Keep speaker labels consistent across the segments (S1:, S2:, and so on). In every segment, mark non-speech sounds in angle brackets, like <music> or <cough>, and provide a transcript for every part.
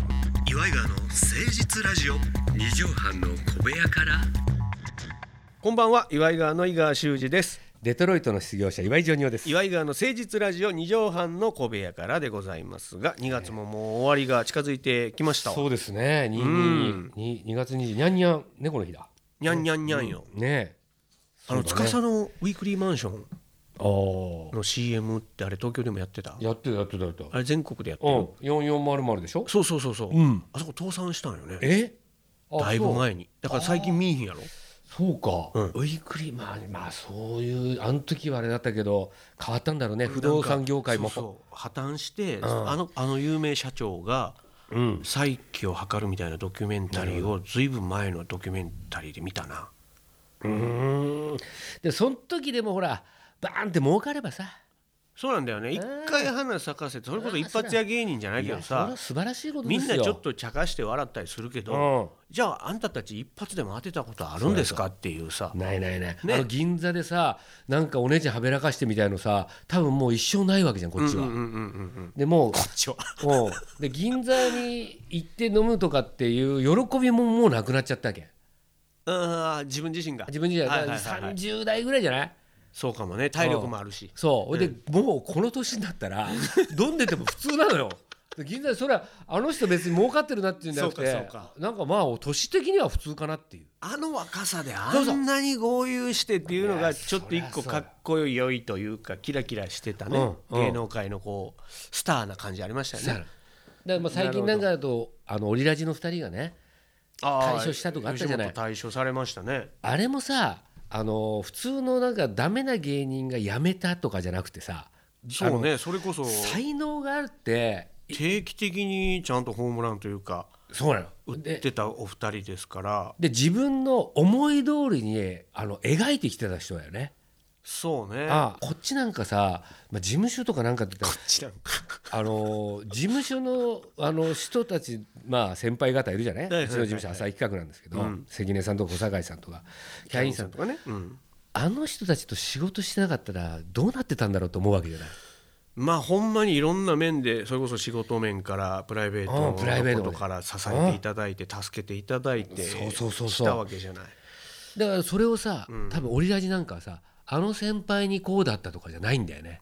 S1: イガーの誠実ラジオ
S2: 二畳半の小部屋から
S1: こんばんは岩井川の井川修司です
S2: デトロイトの失業者岩井ジョニオです
S1: 岩井川の誠実ラジオ二畳半の小部屋からでございますが2月ももう終わりが近づいてきましたわ
S2: そうですね二
S1: ん
S2: 二二月二十にゃんにゃん猫の日だ
S1: にゃんにゃんにゃんよ、
S2: ね
S1: あの
S2: そうだね
S1: 司のウィークリーマンション
S2: えあ
S1: の CM ってあれ東京でもやってた
S2: あやってたやってたやってた
S1: あれ全国でやって
S2: う
S1: る、
S2: ん四四丸丸でしょ
S1: そうそうそうそう、
S2: うん
S1: あそこ倒産したんよね
S2: えあ
S1: だいぶ前にだから最近見えへんやろ
S2: そうか、
S1: うん
S2: ウィークリーまあまあそういうあの時はあれだったけど変わったんだろうね不動産業界も
S1: そうそう破綻して、
S2: ん
S1: あのあの有名社長が
S2: うん
S1: 再起を図るみたいなドキュメンタリーをずいぶん前のドキュメンタリーで見たな
S2: うーんでその時でもほらバーンって儲かればさ
S1: そうなんだよね一回花咲かせてそれこそ一発屋芸人じゃないけど
S2: い
S1: さ
S2: やそれは素晴らしいことで
S1: み
S2: す
S1: ん
S2: よ
S1: なちょっと茶化して笑ったりするけど、じゃああんたたち一発でも当てたことあるんですかっていうさ
S2: うん、ないないない、
S1: ね
S2: あの銀座でさなんかお姉ちゃんはべらかしてみたいのさ多分もう一生ないわけじゃんこっち
S1: う
S2: は、
S1: んうんうんうん
S2: でもう
S1: こっちは
S2: うんで銀座に行って飲むとかっていう喜びももうなくなっちゃったわけ
S1: あー自分自身が
S2: 自分自身
S1: は
S2: はい
S1: はいはいはい
S2: 30代ぐらいじゃない
S1: そうかもね体力もあるし
S2: そうほいで、もうこの年になったら飲んでても普通なのよで銀座でそれはあの人別に儲かってるなっていうんじゃなく
S1: そう
S2: て
S1: かそうか
S2: なんかまあ年的には普通かなっていう
S1: あの若さであんなに豪遊してっていうのがちょっと一個かっこよいというかキラキラしてたね
S2: うんうん
S1: 芸能界のこうスターな感じありました
S2: だか
S1: よ
S2: ら
S1: ね。
S2: まあ最近なんかだとあのオリラジの2人がね
S1: あー
S2: 退所したとかあったじゃない
S1: 吉本退所されましたね。
S2: あれもさあの普通のなんかダメな芸人が辞めたとかじゃなくてさ
S1: そうねそれこそ
S2: 才能があるって
S1: 定期的にちゃんとホームランというか
S2: そうな
S1: 打っ
S2: ので
S1: てたお二人ですから
S2: で自分の思い通りにあの描いてきてた人だよね。
S1: そうね。
S2: ああこっちなんかさ、まあ、事務所とかなんかって言っ
S1: こっちなんか
S2: たらあのー事務所のあの人たち、まあ、先輩方いるじゃない,、
S1: はいはいはいう
S2: ちの事務所浅井企画なんですけど、
S1: うん
S2: 関根さんとか小堺さんとかキャインさんとか
S1: とかね。うん
S2: あの人たちと仕事してなかったらどうなってたんだろうと思うわけじゃない。
S1: まあほんまにいろんな面でそれこそ仕事面からプライベート
S2: うんプライベー
S1: の
S2: ト
S1: こ
S2: で
S1: とから支えていただいて助けていただいて
S2: そうそうそうそう
S1: したわけじゃない。
S2: だからそれをさ、多分オリラジなんかはさあの先輩にこうだったとかじゃないんだよね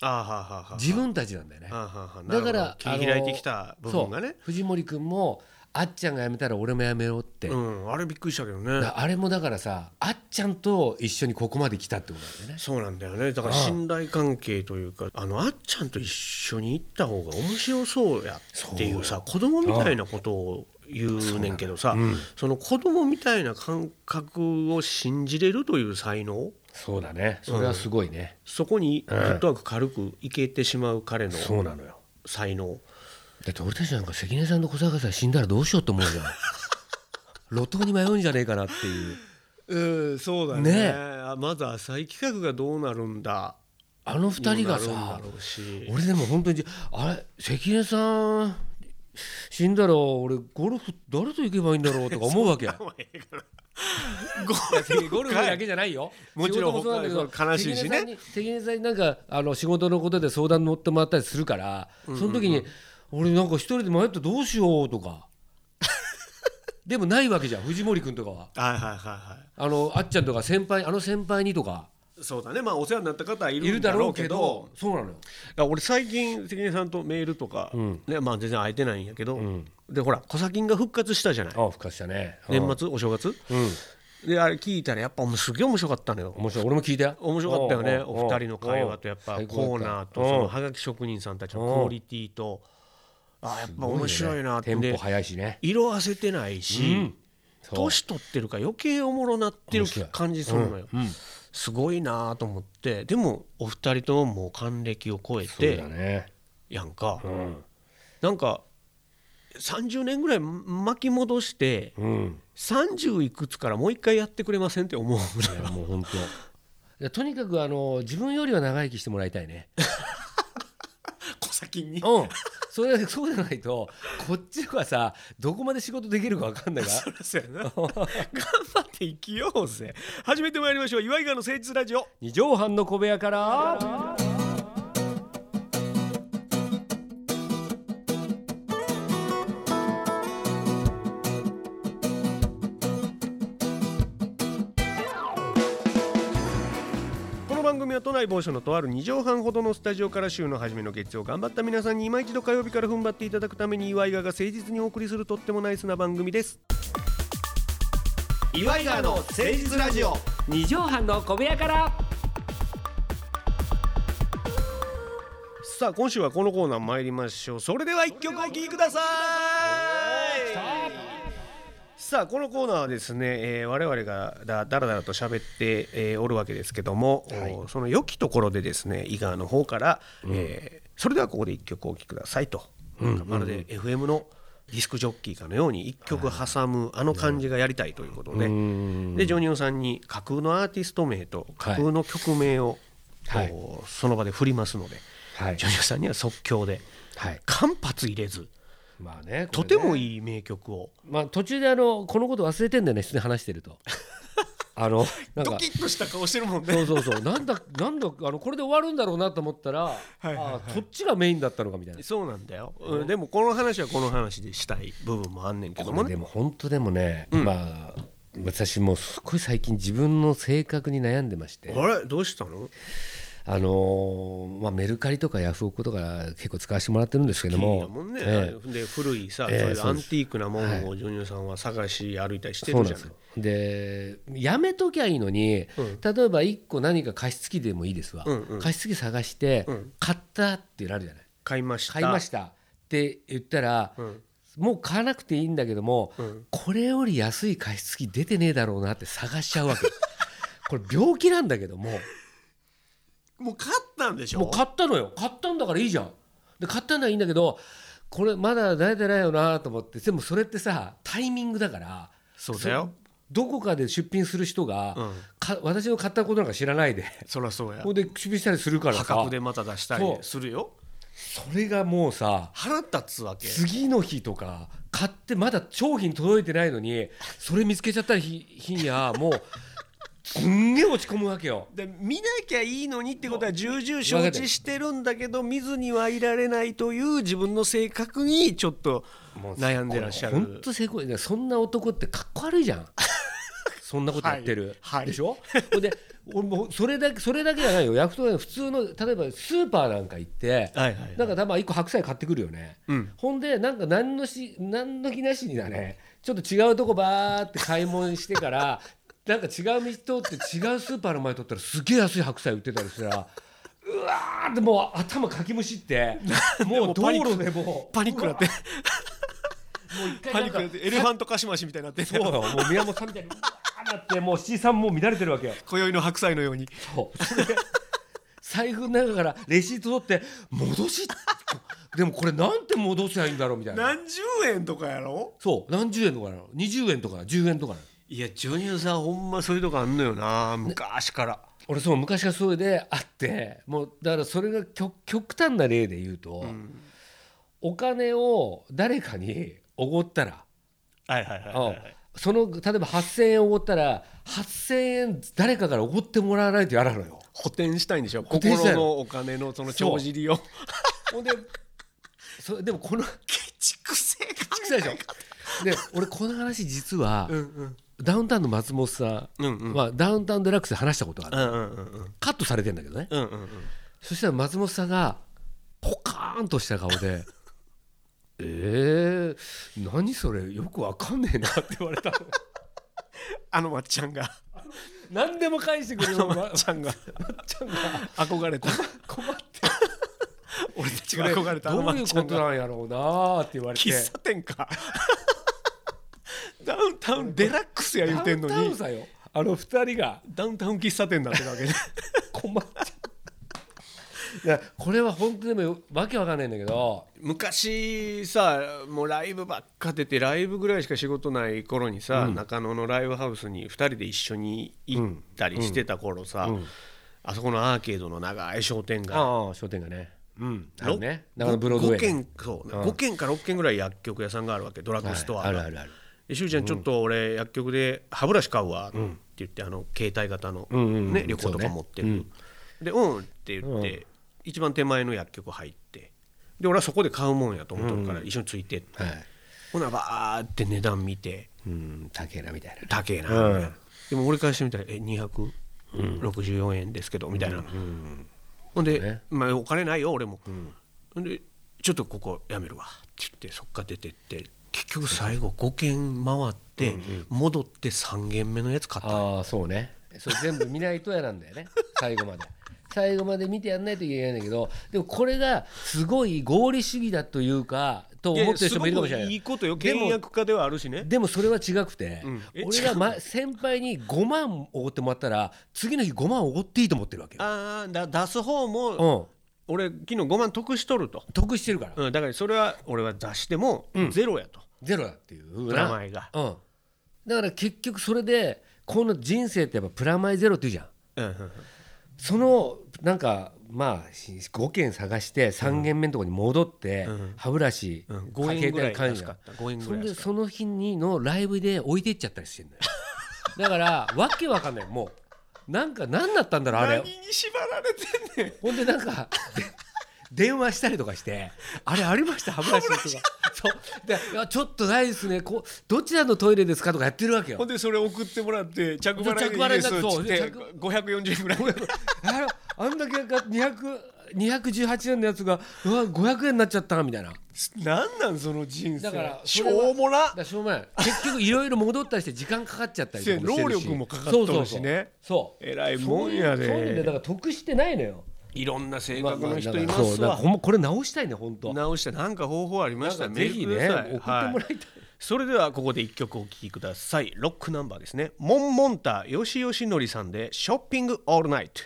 S1: ああはあはあはあ
S2: 自分たちなんだよね
S1: ああはあはあなる
S2: だ
S1: ほ
S2: か
S1: ど
S2: ら
S1: 切り開いてきた部分が
S2: あ
S1: ね
S2: のそう藤森君もあっちゃんが辞めたら俺も辞めろって、
S1: うんあれびっくりしたけど
S2: だ
S1: ね
S2: からあれもだからさあっちゃんと一緒にここまで来たってことなんだよね
S1: そうなんだよねだから信頼関係というかあのあっちゃんと一緒に行った方が面白そうやっていうさ子供みたいなことを言うねんけどさその子供みたいな感覚を信じれるという才能
S2: そうだねそれはすごいね、
S1: そこにフットワーク軽くいけてしまう彼の
S2: そうなのよ
S1: 才能
S2: だって俺たちなんか関根さんと小坂さん死んだらどうしようと思うじゃん
S1: <laughs>
S2: 路頭に迷うんじゃねえかなっていう
S1: うんそうだ
S2: ね
S1: あまず浅い企画がどうなるんだ
S2: あの二人がさ
S1: どうなるんだろうし
S2: 俺でも本当にあれ関根さん死んだら俺ゴルフ誰と行けばいいんだろうとか思う
S1: <laughs>
S2: わけ
S1: ゴ
S2: ゴルフだけじゃないよ
S1: もちろん
S2: 仕事そうなんだけど
S1: 他悲しいしね
S2: 関根さんに関根さんになんかあの仕事のことで相談乗ってもらったりするからその時に俺なんか一人で迷ってどうしよう
S1: <laughs>
S2: とかでもないわけじゃん藤森君とかは
S1: はいはいはいは
S2: あのあっちゃんとか先輩あの先輩にとか
S1: いそうだねまあお世話になった方はい
S2: い
S1: る
S2: る
S1: んだ
S2: だろ
S1: ろう
S2: う
S1: け
S2: け
S1: ど
S2: どそうなのよ
S1: 俺最近関根さんとメールとか、ねまあ、全然会えてないんやけど、でほら小砂金が復活したじゃない
S2: ああ復活したね
S1: 年末お正月、であれ聞いたらやっぱもうすげえ面白かったのよ
S2: 面白い俺も聞いたよ
S1: 面白かったよね
S2: うん
S1: お二人の会話とやっぱ
S2: うん
S1: コーナーと
S2: うん
S1: そのはがき職人さんたちのクオリティとあやっぱ面白いなって
S2: テンポ
S1: で
S2: 早いしね
S1: 色あせてないし
S2: そう
S1: 年取ってるから余計おもろなってる
S2: 面白い
S1: 感じするのよすごいなと思ってでもお二人とももう還暦を超え
S2: そう
S1: て
S2: だね
S1: やんか
S2: うん
S1: なんか30年ぐらい巻き戻して
S2: うん
S1: 30いくつからもう一回やってくれませんって思うぐらい
S2: いやもう本当とにかくあの自分よりは長生きしてもらいたいね
S1: 小先に
S2: うん <laughs> それそうじゃないとこっちはさどこまで仕事できるか分かんないから
S1: そうやな頑張って生きようぜ始めてまいりましょう岩井川の誠実ラジオ
S2: 二畳半の小部屋から
S1: 都内某所のとある2畳半ほどのスタジオから週の初めの月曜頑張った皆さんに今一度火曜日から踏ん張っていただくために岩井川が誠実にお送りするとってもナイスな番組です岩井川の誠実ラジオ
S2: 二畳半の小部屋から
S1: さあ今週はこのコーナー参りましょうそれでは一曲お聴きくださいさあこのコーナーはですね、えー我々がだだらだらと喋って、えーおるわけですけども、おその良きところでですね伊賀の方から、えーそれではここで一曲お聴きくださいと、なんかまるで FM のディスクジョッキーかのように一曲挟むあの感じがやりたいということで、でジョニオさんに架空のアーティスト名と架空の曲名を、
S2: はい
S1: こうその場で振りますので、
S2: はい
S1: ジョニオさんには即興で、
S2: はい
S1: 間髪入れず
S2: まあね
S1: とても
S2: い
S1: いい名曲を
S2: まあ途中であのこのこと忘れてんだよね普通に話して
S1: <laughs>
S2: るとあのなんか
S1: ッとした顔してるもん
S2: そうそうそうなんだなんだ <laughs> あのこれで終わるんだろうなと思ったらあーそっちがメインだったのかみたいな
S1: そうなんだよ、うんでもこの話はこの話でしたい部分もあんねんけど
S2: こ
S1: も
S2: れ
S1: ね
S2: でも本当でもね、まあ私もうすごい最近自分の性格に悩んでまして
S1: あれどうしたの
S2: あのーまあ、メルカリとかヤフオクとか結構使わせてもらってるんですけど
S1: いい
S2: も
S1: だもんね、
S2: え
S1: で古いさ、
S2: ええ
S1: そういうア
S2: そう
S1: ン
S2: で
S1: ティークなものをジョニオさんは探し歩いたりして
S2: そう
S1: る
S2: なん
S1: じゃ
S2: で
S1: な
S2: す
S1: い
S2: よでやめときゃいいのに、例えば1個何か加湿器でもいいですわ、
S1: うんうん
S2: 加湿器探して、
S1: うん
S2: 買ったってなるじゃない
S1: 買いました
S2: 買いましたって言ったら、
S1: うん
S2: もう買わなくていいんだけども、
S1: ん
S2: これより安い加湿器出てねえだろうなって探しちゃうわけ <laughs> これ病気なんだけども
S1: もう買ったんでしょ
S2: もう買ったのよ買ったんだからいいじゃんで買ったのはいいんだけどこれまだ慣れてないよなと思ってでもそれってさタイミングだから
S1: そうだよ
S2: どこかで出品する人が、
S1: うん
S2: か私の買ったことなんか知ら
S1: <laughs>
S2: ないで
S1: そりゃそうや
S2: ほんで出品したりするから
S1: 破
S2: さ
S1: 格でまた出したり
S2: そう
S1: するよ
S2: それがもうさ
S1: 腹立つわけ
S2: 次の日とか買ってまだ商品届いてないのにそれ見つけちゃった日日にはもうすんげえ落ち込むわけよ。
S1: で見なきゃいいのにってことは重々承知してるんだけど見ずにはいられないという自分の性格にちょっと悩んでらっしゃる
S2: 本当成功だそんな男ってかっこ悪
S1: <laughs>
S2: いじゃんそんなことやってる、
S1: はいはい
S2: でしょほんで俺もうそれだけそれだけじゃないよヤクトの普通の例えばスーパーなんか行って、
S1: はいはいはい
S2: なんかたま一個白菜買ってくるよね、
S1: うん
S2: ほんでなんか何のし何の気なしにだねちょっと違うとこバーって買い物してから <laughs> なんか違う道通って違うスーパーの前通ったらすげえ安い白菜売ってたりしたら。うわーってもう頭かきむ
S1: <laughs>
S2: しってもう
S1: もうパ
S2: 道
S1: ニック
S2: 路でもう
S1: パニックなって
S2: もう一回
S1: パ
S2: なん
S1: ニッ
S2: か
S1: クな <laughs> ってエレファントカシマシみたいになって
S2: そうよ、もう宮本さんみたいに、うわーなって、もう C さんもう乱れてるわけよ。
S1: 今宵の白菜のように
S2: そうそれで財布の中からレシート取って、戻し、でもこれなんて戻せばいいんだろうみたいな。
S1: 何十円とかやろ
S2: そう、何十円とかなの ?20 円とか10円とかなの
S1: いやジョニオさんほんまそういうとこあんのよな昔から
S2: 俺そう昔からそれであってもうだからそれが極極端な例で言うと、お金を誰かにおごったら、
S1: はいはいはいはいはい
S2: うんその例えば8,000円おごったら8,000円誰かからおごってもらわないとやらのよ。
S1: 補填したいんでしょ
S2: 補填し
S1: 心
S2: たいの
S1: のお金のその帳尻を
S2: ほんでそれでもこの
S1: ケチくせえケチ
S2: くさいでしょで俺この話実は、
S1: うんうん
S2: ダウンタウンの松本さん、
S1: うんうん
S2: まあ、ダウンタウンデラックスで話したことがある、
S1: うんうんうんうん
S2: カットされてんだけどね、
S1: うんうんうん
S2: そしたら松本さんがポカーンとした顔で <laughs> 「えー、何それよくわかんねえな」って言われ <laughs> たの
S1: あのまっちゃんが
S2: 何でも返してくれる
S1: あの
S2: の
S1: まっ
S2: ま
S1: ちゃんが
S2: ちゃんが
S1: 憧れた
S2: 困って
S1: <laughs> 俺たちが憧れたあ
S2: ど
S1: のま
S2: うい
S1: っ
S2: う
S1: ちゃ
S2: こ
S1: ん
S2: と
S1: が
S2: なんやろうなって言われて
S1: 喫茶店か <laughs> ダウンタウンデラックスや言うてんの
S2: ダウンタウン
S1: に
S2: さんよあの二人が
S1: ダウンタウン喫茶店になってるわけで
S2: 困っちゃういやこれは本当でもわけわかんないんだけど
S1: <laughs> 昔さもうライブばっか出てライブぐらいしか仕事ない頃にさ、中野のライブハウスに2人で一緒に行ったりしてた頃さ、あそこのアーケードの長い商店街
S2: ああ商店がねうんあるね
S1: ろ
S2: 中野ブロードウェイ
S1: 5軒そう、5軒か6軒ぐらい薬局屋さんがあるわけドラッグストアが、
S2: はいあるあるある
S1: でしゅうちゃんちょっと俺薬局で歯ブラシ買うわって言って、あの携帯型の、ね
S2: んうんうん
S1: 旅行とか持ってる、でうんって言って、一番手前の薬局入ってで俺はそこで買うもんやと思ってるから、一緒についてって、
S2: はい
S1: ほなバーって値段見て
S2: うん高えなみたいな
S1: 高えな、
S2: うん
S1: でも俺からしてみたらえ200 64円ですけどみたいなほんで「まあお金ないよ俺も」ほんで「ちょっとここやめるわ」って言ってそっから出てって結局最後5軒回って戻って3軒目のやつ買った
S2: ああそうねそれ全部見ないとやなんだよね <laughs> 最後まで最後まで見てやんないといけないんだけどでもこれがすごい合理主義だというかと思ってる人もいるかもしれない
S1: いことよ倹約家ではあるしね
S2: でもそれは違くて、
S1: んえ
S2: 俺が、ま、先輩に5万おごってもらったら次の日5万おごっていいと思ってるわけよ、
S1: ああだ出す方
S2: う
S1: も
S2: ん、
S1: 俺昨日5万得しとると、
S2: 得してるから、
S1: うん、だからそれは俺は出してもゼロやと、
S2: ゼロだっていうふう
S1: プ
S2: な
S1: ラマイが、
S2: うん、だから結局それでこの人生ってやっぱプラマイゼロっていうじゃん
S1: うんうんうん
S2: そのなんかまあ5軒探して3軒目のところに戻って、
S1: うん
S2: 歯ブラシ、
S1: うん5円ぐらい安かった5円
S2: そ
S1: ぐら
S2: れ
S1: い
S2: で
S1: 安かっ
S2: その日にのライブで置いていっちゃったりしてんだよだからわけわかんないもうなんか何だったんだろう
S1: た
S2: あれ
S1: に縛られてんねん
S2: ほんでなんかで電話したりとかして「あれありました歯ブラシ」とかそうでいや「ちょっとないですねこうどちらのトイレですか?」とかやってるわけ
S1: <laughs>
S2: よ
S1: ほん。でそれ送ってもらって着払いで
S2: 着
S1: い
S2: 払
S1: いで
S2: い
S1: す
S2: だ
S1: っ
S2: と
S1: つって
S2: そう
S1: 540円ぐらい
S2: <laughs> あれあんだけが200 218円のやつがうわ500円になっちゃったみたいなだ
S1: なんなんその人生
S2: だからそ
S1: し
S2: れは
S1: ょうもな
S2: からしょうがない結局いろいろ戻ったりして時間かかっちゃったりとかもし
S1: せ
S2: てるし
S1: や労力もかかっとるしね
S2: そうそうそう
S1: えらいもんやで
S2: そういうそういうのだから得してないのよ
S1: いろんな性
S2: まあ
S1: 格の人いま
S2: まあだからそう
S1: す
S2: だか
S1: わ
S2: らほんまこれ直したいね本当
S1: 直してなんか方法ありましたら
S2: なんか
S1: メ
S2: ぜ
S1: ー
S2: ひ
S1: ルくだ
S2: ね
S1: さ
S2: 送ってもらいたい
S1: それではここで一曲お聴きくださいロックナンバーですねモンモンタよしよしのりさんでショッピングオールナイト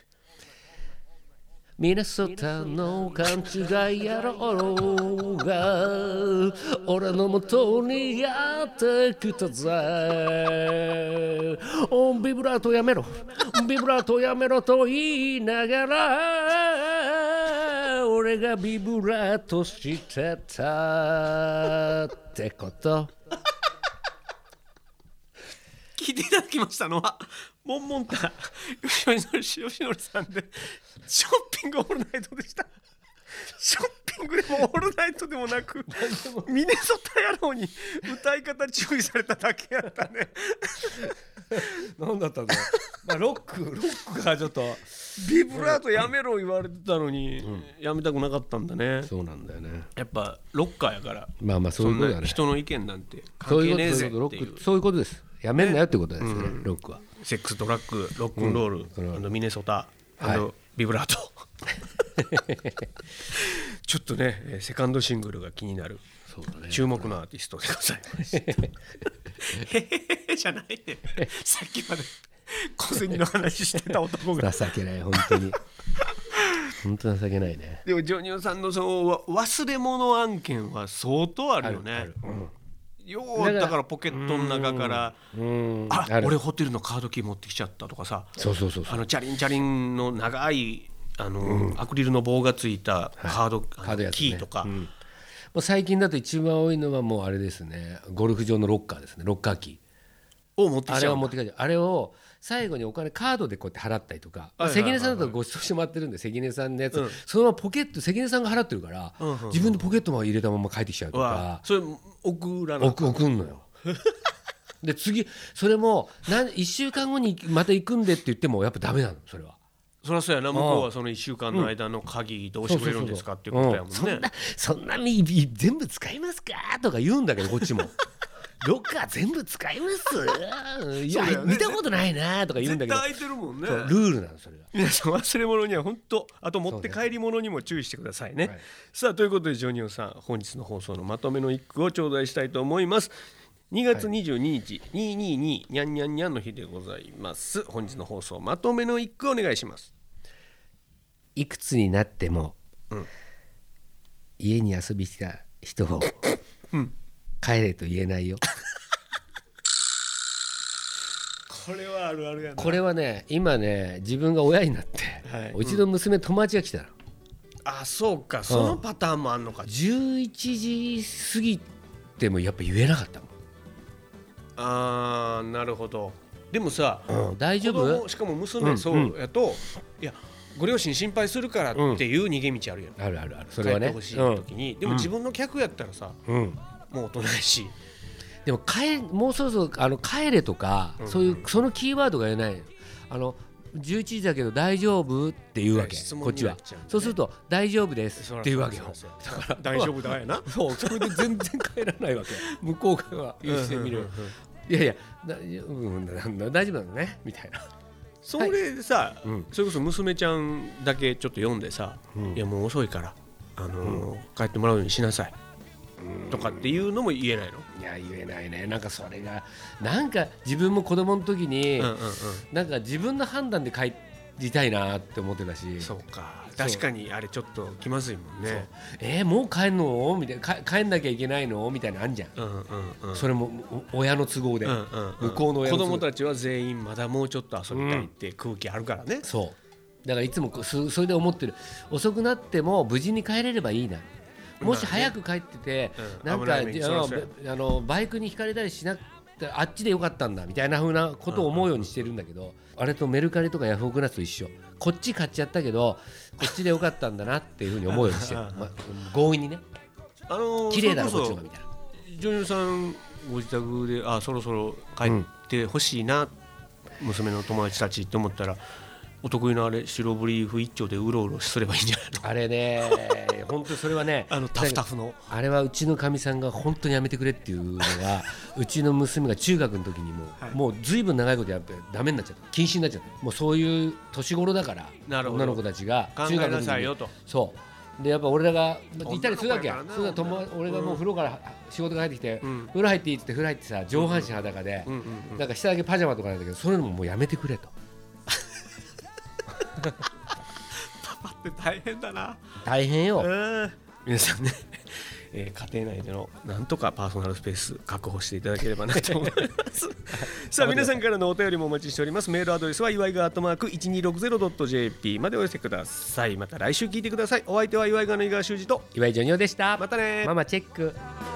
S2: 皆さんの勘違いやろうが俺のもとにやってきたぜおビブラートやめろビブラートやめろと言いながら俺がビブラートしてたってこと
S1: 聞いていただきましたのはモンモンタよしよしのりしよしのりさんでショッピングオールナイトでしたショッピングでもオールナイトでもなくミネソタ野郎に歌い方注意されただけやったね
S2: 何だったんだ、まあ、ロックロックがちょっと
S1: ビブラートやめろ言われてたのに、やめたくなかったんだね
S2: そうなんだよね
S1: やっぱロッカーやから
S2: まあまあそ
S1: そ
S2: ういうこと
S1: ん
S2: だ
S1: な
S2: ね
S1: 人の意見なんて
S2: そ
S1: 関
S2: うい
S1: 係
S2: うこ
S1: ねえ
S2: と、
S1: ぜ
S2: そういうこと
S1: ってい
S2: ロッ
S1: う
S2: ク、そういうことです。やめんなよってことですね、ロックは。
S1: セックスドラッグロックンロール、あのミネソタ、あ
S2: は
S1: のビブラート <laughs> ちょっとねえーセカンドシングルが気になる
S2: そうだね。
S1: 注目のアーティストでございましたへへへじゃない
S2: <laughs>
S1: ねさっきまで小銭の話してた男が
S2: 情けない、本当に。本当情けないね。
S1: でもジョニオさんのそのわ忘れ物案件は相当あるよね。ようだからポケットの中から
S2: うん
S1: 「
S2: あ
S1: あ
S2: る
S1: 俺ホテルのカードキー持ってきちゃった」とかさ
S2: そうそうそうそ
S1: あのチャリンチャリンの長いあの、アクリルの棒がついたカード,あの、
S2: カードやつね
S1: キーとか、
S2: う。もう最近だと一番多いのはもうあれですね。ゴルフ場のロッカーですね。ロッカーキー。
S1: を持ってき
S2: あれ
S1: ちゃ
S2: は
S1: う
S2: 持って帰ってあれを最後にお金カードでこうやって払ったりとか、ま
S1: は
S2: あ
S1: いはい
S2: 関
S1: はいは
S2: 根
S1: い
S2: さんだとご馳走してもらってるんで関根さんのやつ、そのままポケット関根さんが払ってるから、
S1: んうんうん
S2: 自分でポケットまで入れたまま帰ってきちゃうとか
S1: はそれ送らな
S2: 送送んのよで次それもなん1週間後にまた行くんでって言ってもやっぱダメなのそれは。
S1: そりゃそうやな向こうはその1週間の間の鍵どうしてくれるんですかっていうことやもん
S2: そ
S1: ね
S2: んな。そんなにい全部使いますかとか言うんだけどこっ
S1: <laughs>
S2: ちもロッカー全部使
S1: <laughs>
S2: いますいや、
S1: そうだよね
S2: 見たことないなとか言うんだ
S1: 絶対
S2: けど
S1: 空いてるもんね。
S2: そうルールなのそれが。
S1: 皆さん忘れ物には本当あと持って帰り物にも注意してくださいね。
S2: はい
S1: さあということでジョニオさん本日の放送のまとめの一句を頂戴したいと思います。2月22日、222にゃんにゃんにゃんの日でございます。本日の放送まとめの一句お願いします。
S2: いくつになっても、
S1: ん
S2: 家に遊びに来た人を、帰れと言えないよ
S1: これはあるあるやな。
S2: これはね今ね自分が親になって、
S1: はいう
S2: ちの娘友達が来たの、
S1: あそうかそのパターンもあんのか。
S2: 11時過ぎてもやっぱ言えなかった
S1: あーなるほど。でもさ、
S2: もん、うん大丈
S1: 子
S2: 夫
S1: 供しかも娘そうやと、いやご両親心配するからっていう逃げ道あるやん。
S2: あるあるあるそ
S1: 帰っ
S2: れは
S1: て
S2: ね
S1: ほしい時に、でも自分の客やったらさ、
S2: うんうん
S1: もう大人やし
S2: でも帰もうそろそろあの帰れとか、そういうそのキーワードが言えないのあの11時だけど大丈夫って言うわけ
S1: 質問
S2: こっちは
S1: になっちゃうんだね
S2: そうすると大丈夫ですって <laughs> 言うわけよ
S1: そらそうそう大丈夫だよな
S2: そうそれで全然帰らないわ
S1: <laughs>
S2: け向こう側は言してみるいやいやだうんなんだ大丈夫なのねみたいな
S1: それでさ、
S2: うん
S1: それこそ娘ちゃんだけちょっと読んでさ「いやもう遅いから、あのー帰ってもらうようにしなさい」とかっていうのも言えないの、
S2: いや言えないねなんかそれがなんか自分も子供の時に、
S1: うんうん
S2: なんか自分の判断で帰りたいなって思ってたし
S1: うん、そうか
S2: そう
S1: 確かにあれちょっと気まずいもんね
S2: えーもう帰んのみたいなか帰んなきゃいけないのみたいなのあんじゃん、
S1: うんうんうん
S2: それもお親の都合で、
S1: うんうんうん
S2: 向こうの親
S1: 子
S2: の都合
S1: 供たちは全員まだもうちょっと遊びたいって空気あるからね、
S2: そうだからいつもこうそそれで思ってる遅くなっても無事に帰れればいいなもし早く帰ってて、
S1: うん
S2: なん
S1: 危
S2: か
S1: ない目に
S2: じゃあ
S1: そらそ
S2: あのバイクにひかれたりしなくてあっちでよかったんだみたいな風なことを思うようにしてるんだけど、あれとメルカリとかヤフオクなスと一緒こっち買っちゃったけどこっちでよかったんだなっていうふうに思うように
S1: <laughs>
S2: してる、
S1: うん
S2: ま、強引にね
S1: あのー
S2: 綺麗だな
S1: そ
S2: こ
S1: れこそ
S2: っちの方がみたいな
S1: ジョニオさんご自宅であそろそろ帰ってほしいな、娘の友達たちって思ったらお得意のあれ白ブリーフ一丁でうろうろすればいいんじゃないの
S2: あれね <laughs> 本当それはね
S1: <laughs> あのタフタフの
S2: あれはうちのかみさんが本当にやめてくれっていうの
S1: <laughs>
S2: はうちの娘が中学の時にもう、
S1: はい
S2: もうずいぶん長いことやってダメになっちゃった禁止になっちゃったもうそういう年頃だから
S1: なるほど
S2: 女の子たちが
S1: 考え
S2: 中学の
S1: な
S2: 時
S1: さい
S2: に
S1: よと
S2: そうでやっぱ俺らがまあいたりするわけ
S1: 女の子やからな
S2: そうだとも
S1: 女の子
S2: 俺がもう風呂からは仕事が入ってきて、
S1: うん
S2: 風呂入っていいって言って風呂入ってさ上半身裸で、
S1: うんうんうん
S2: なんか下だけパジャマとかなんだけどそういうのももうやめてくれと
S1: パパって大変だな
S2: 大変よ
S1: 皆さんね、 <laughs> えー家庭内でのなんとかパーソナルスペース確保していただければなと思いますさあ皆さんからのお便りもお待ちしておりますメールアドレスは祝いがアットマーク 1260.jp までお寄せくださいまた来週聞いてくださいお相手は祝いがの井川修司と
S2: 岩井ジョニオでした
S1: またね
S2: ママチェック
S3: 「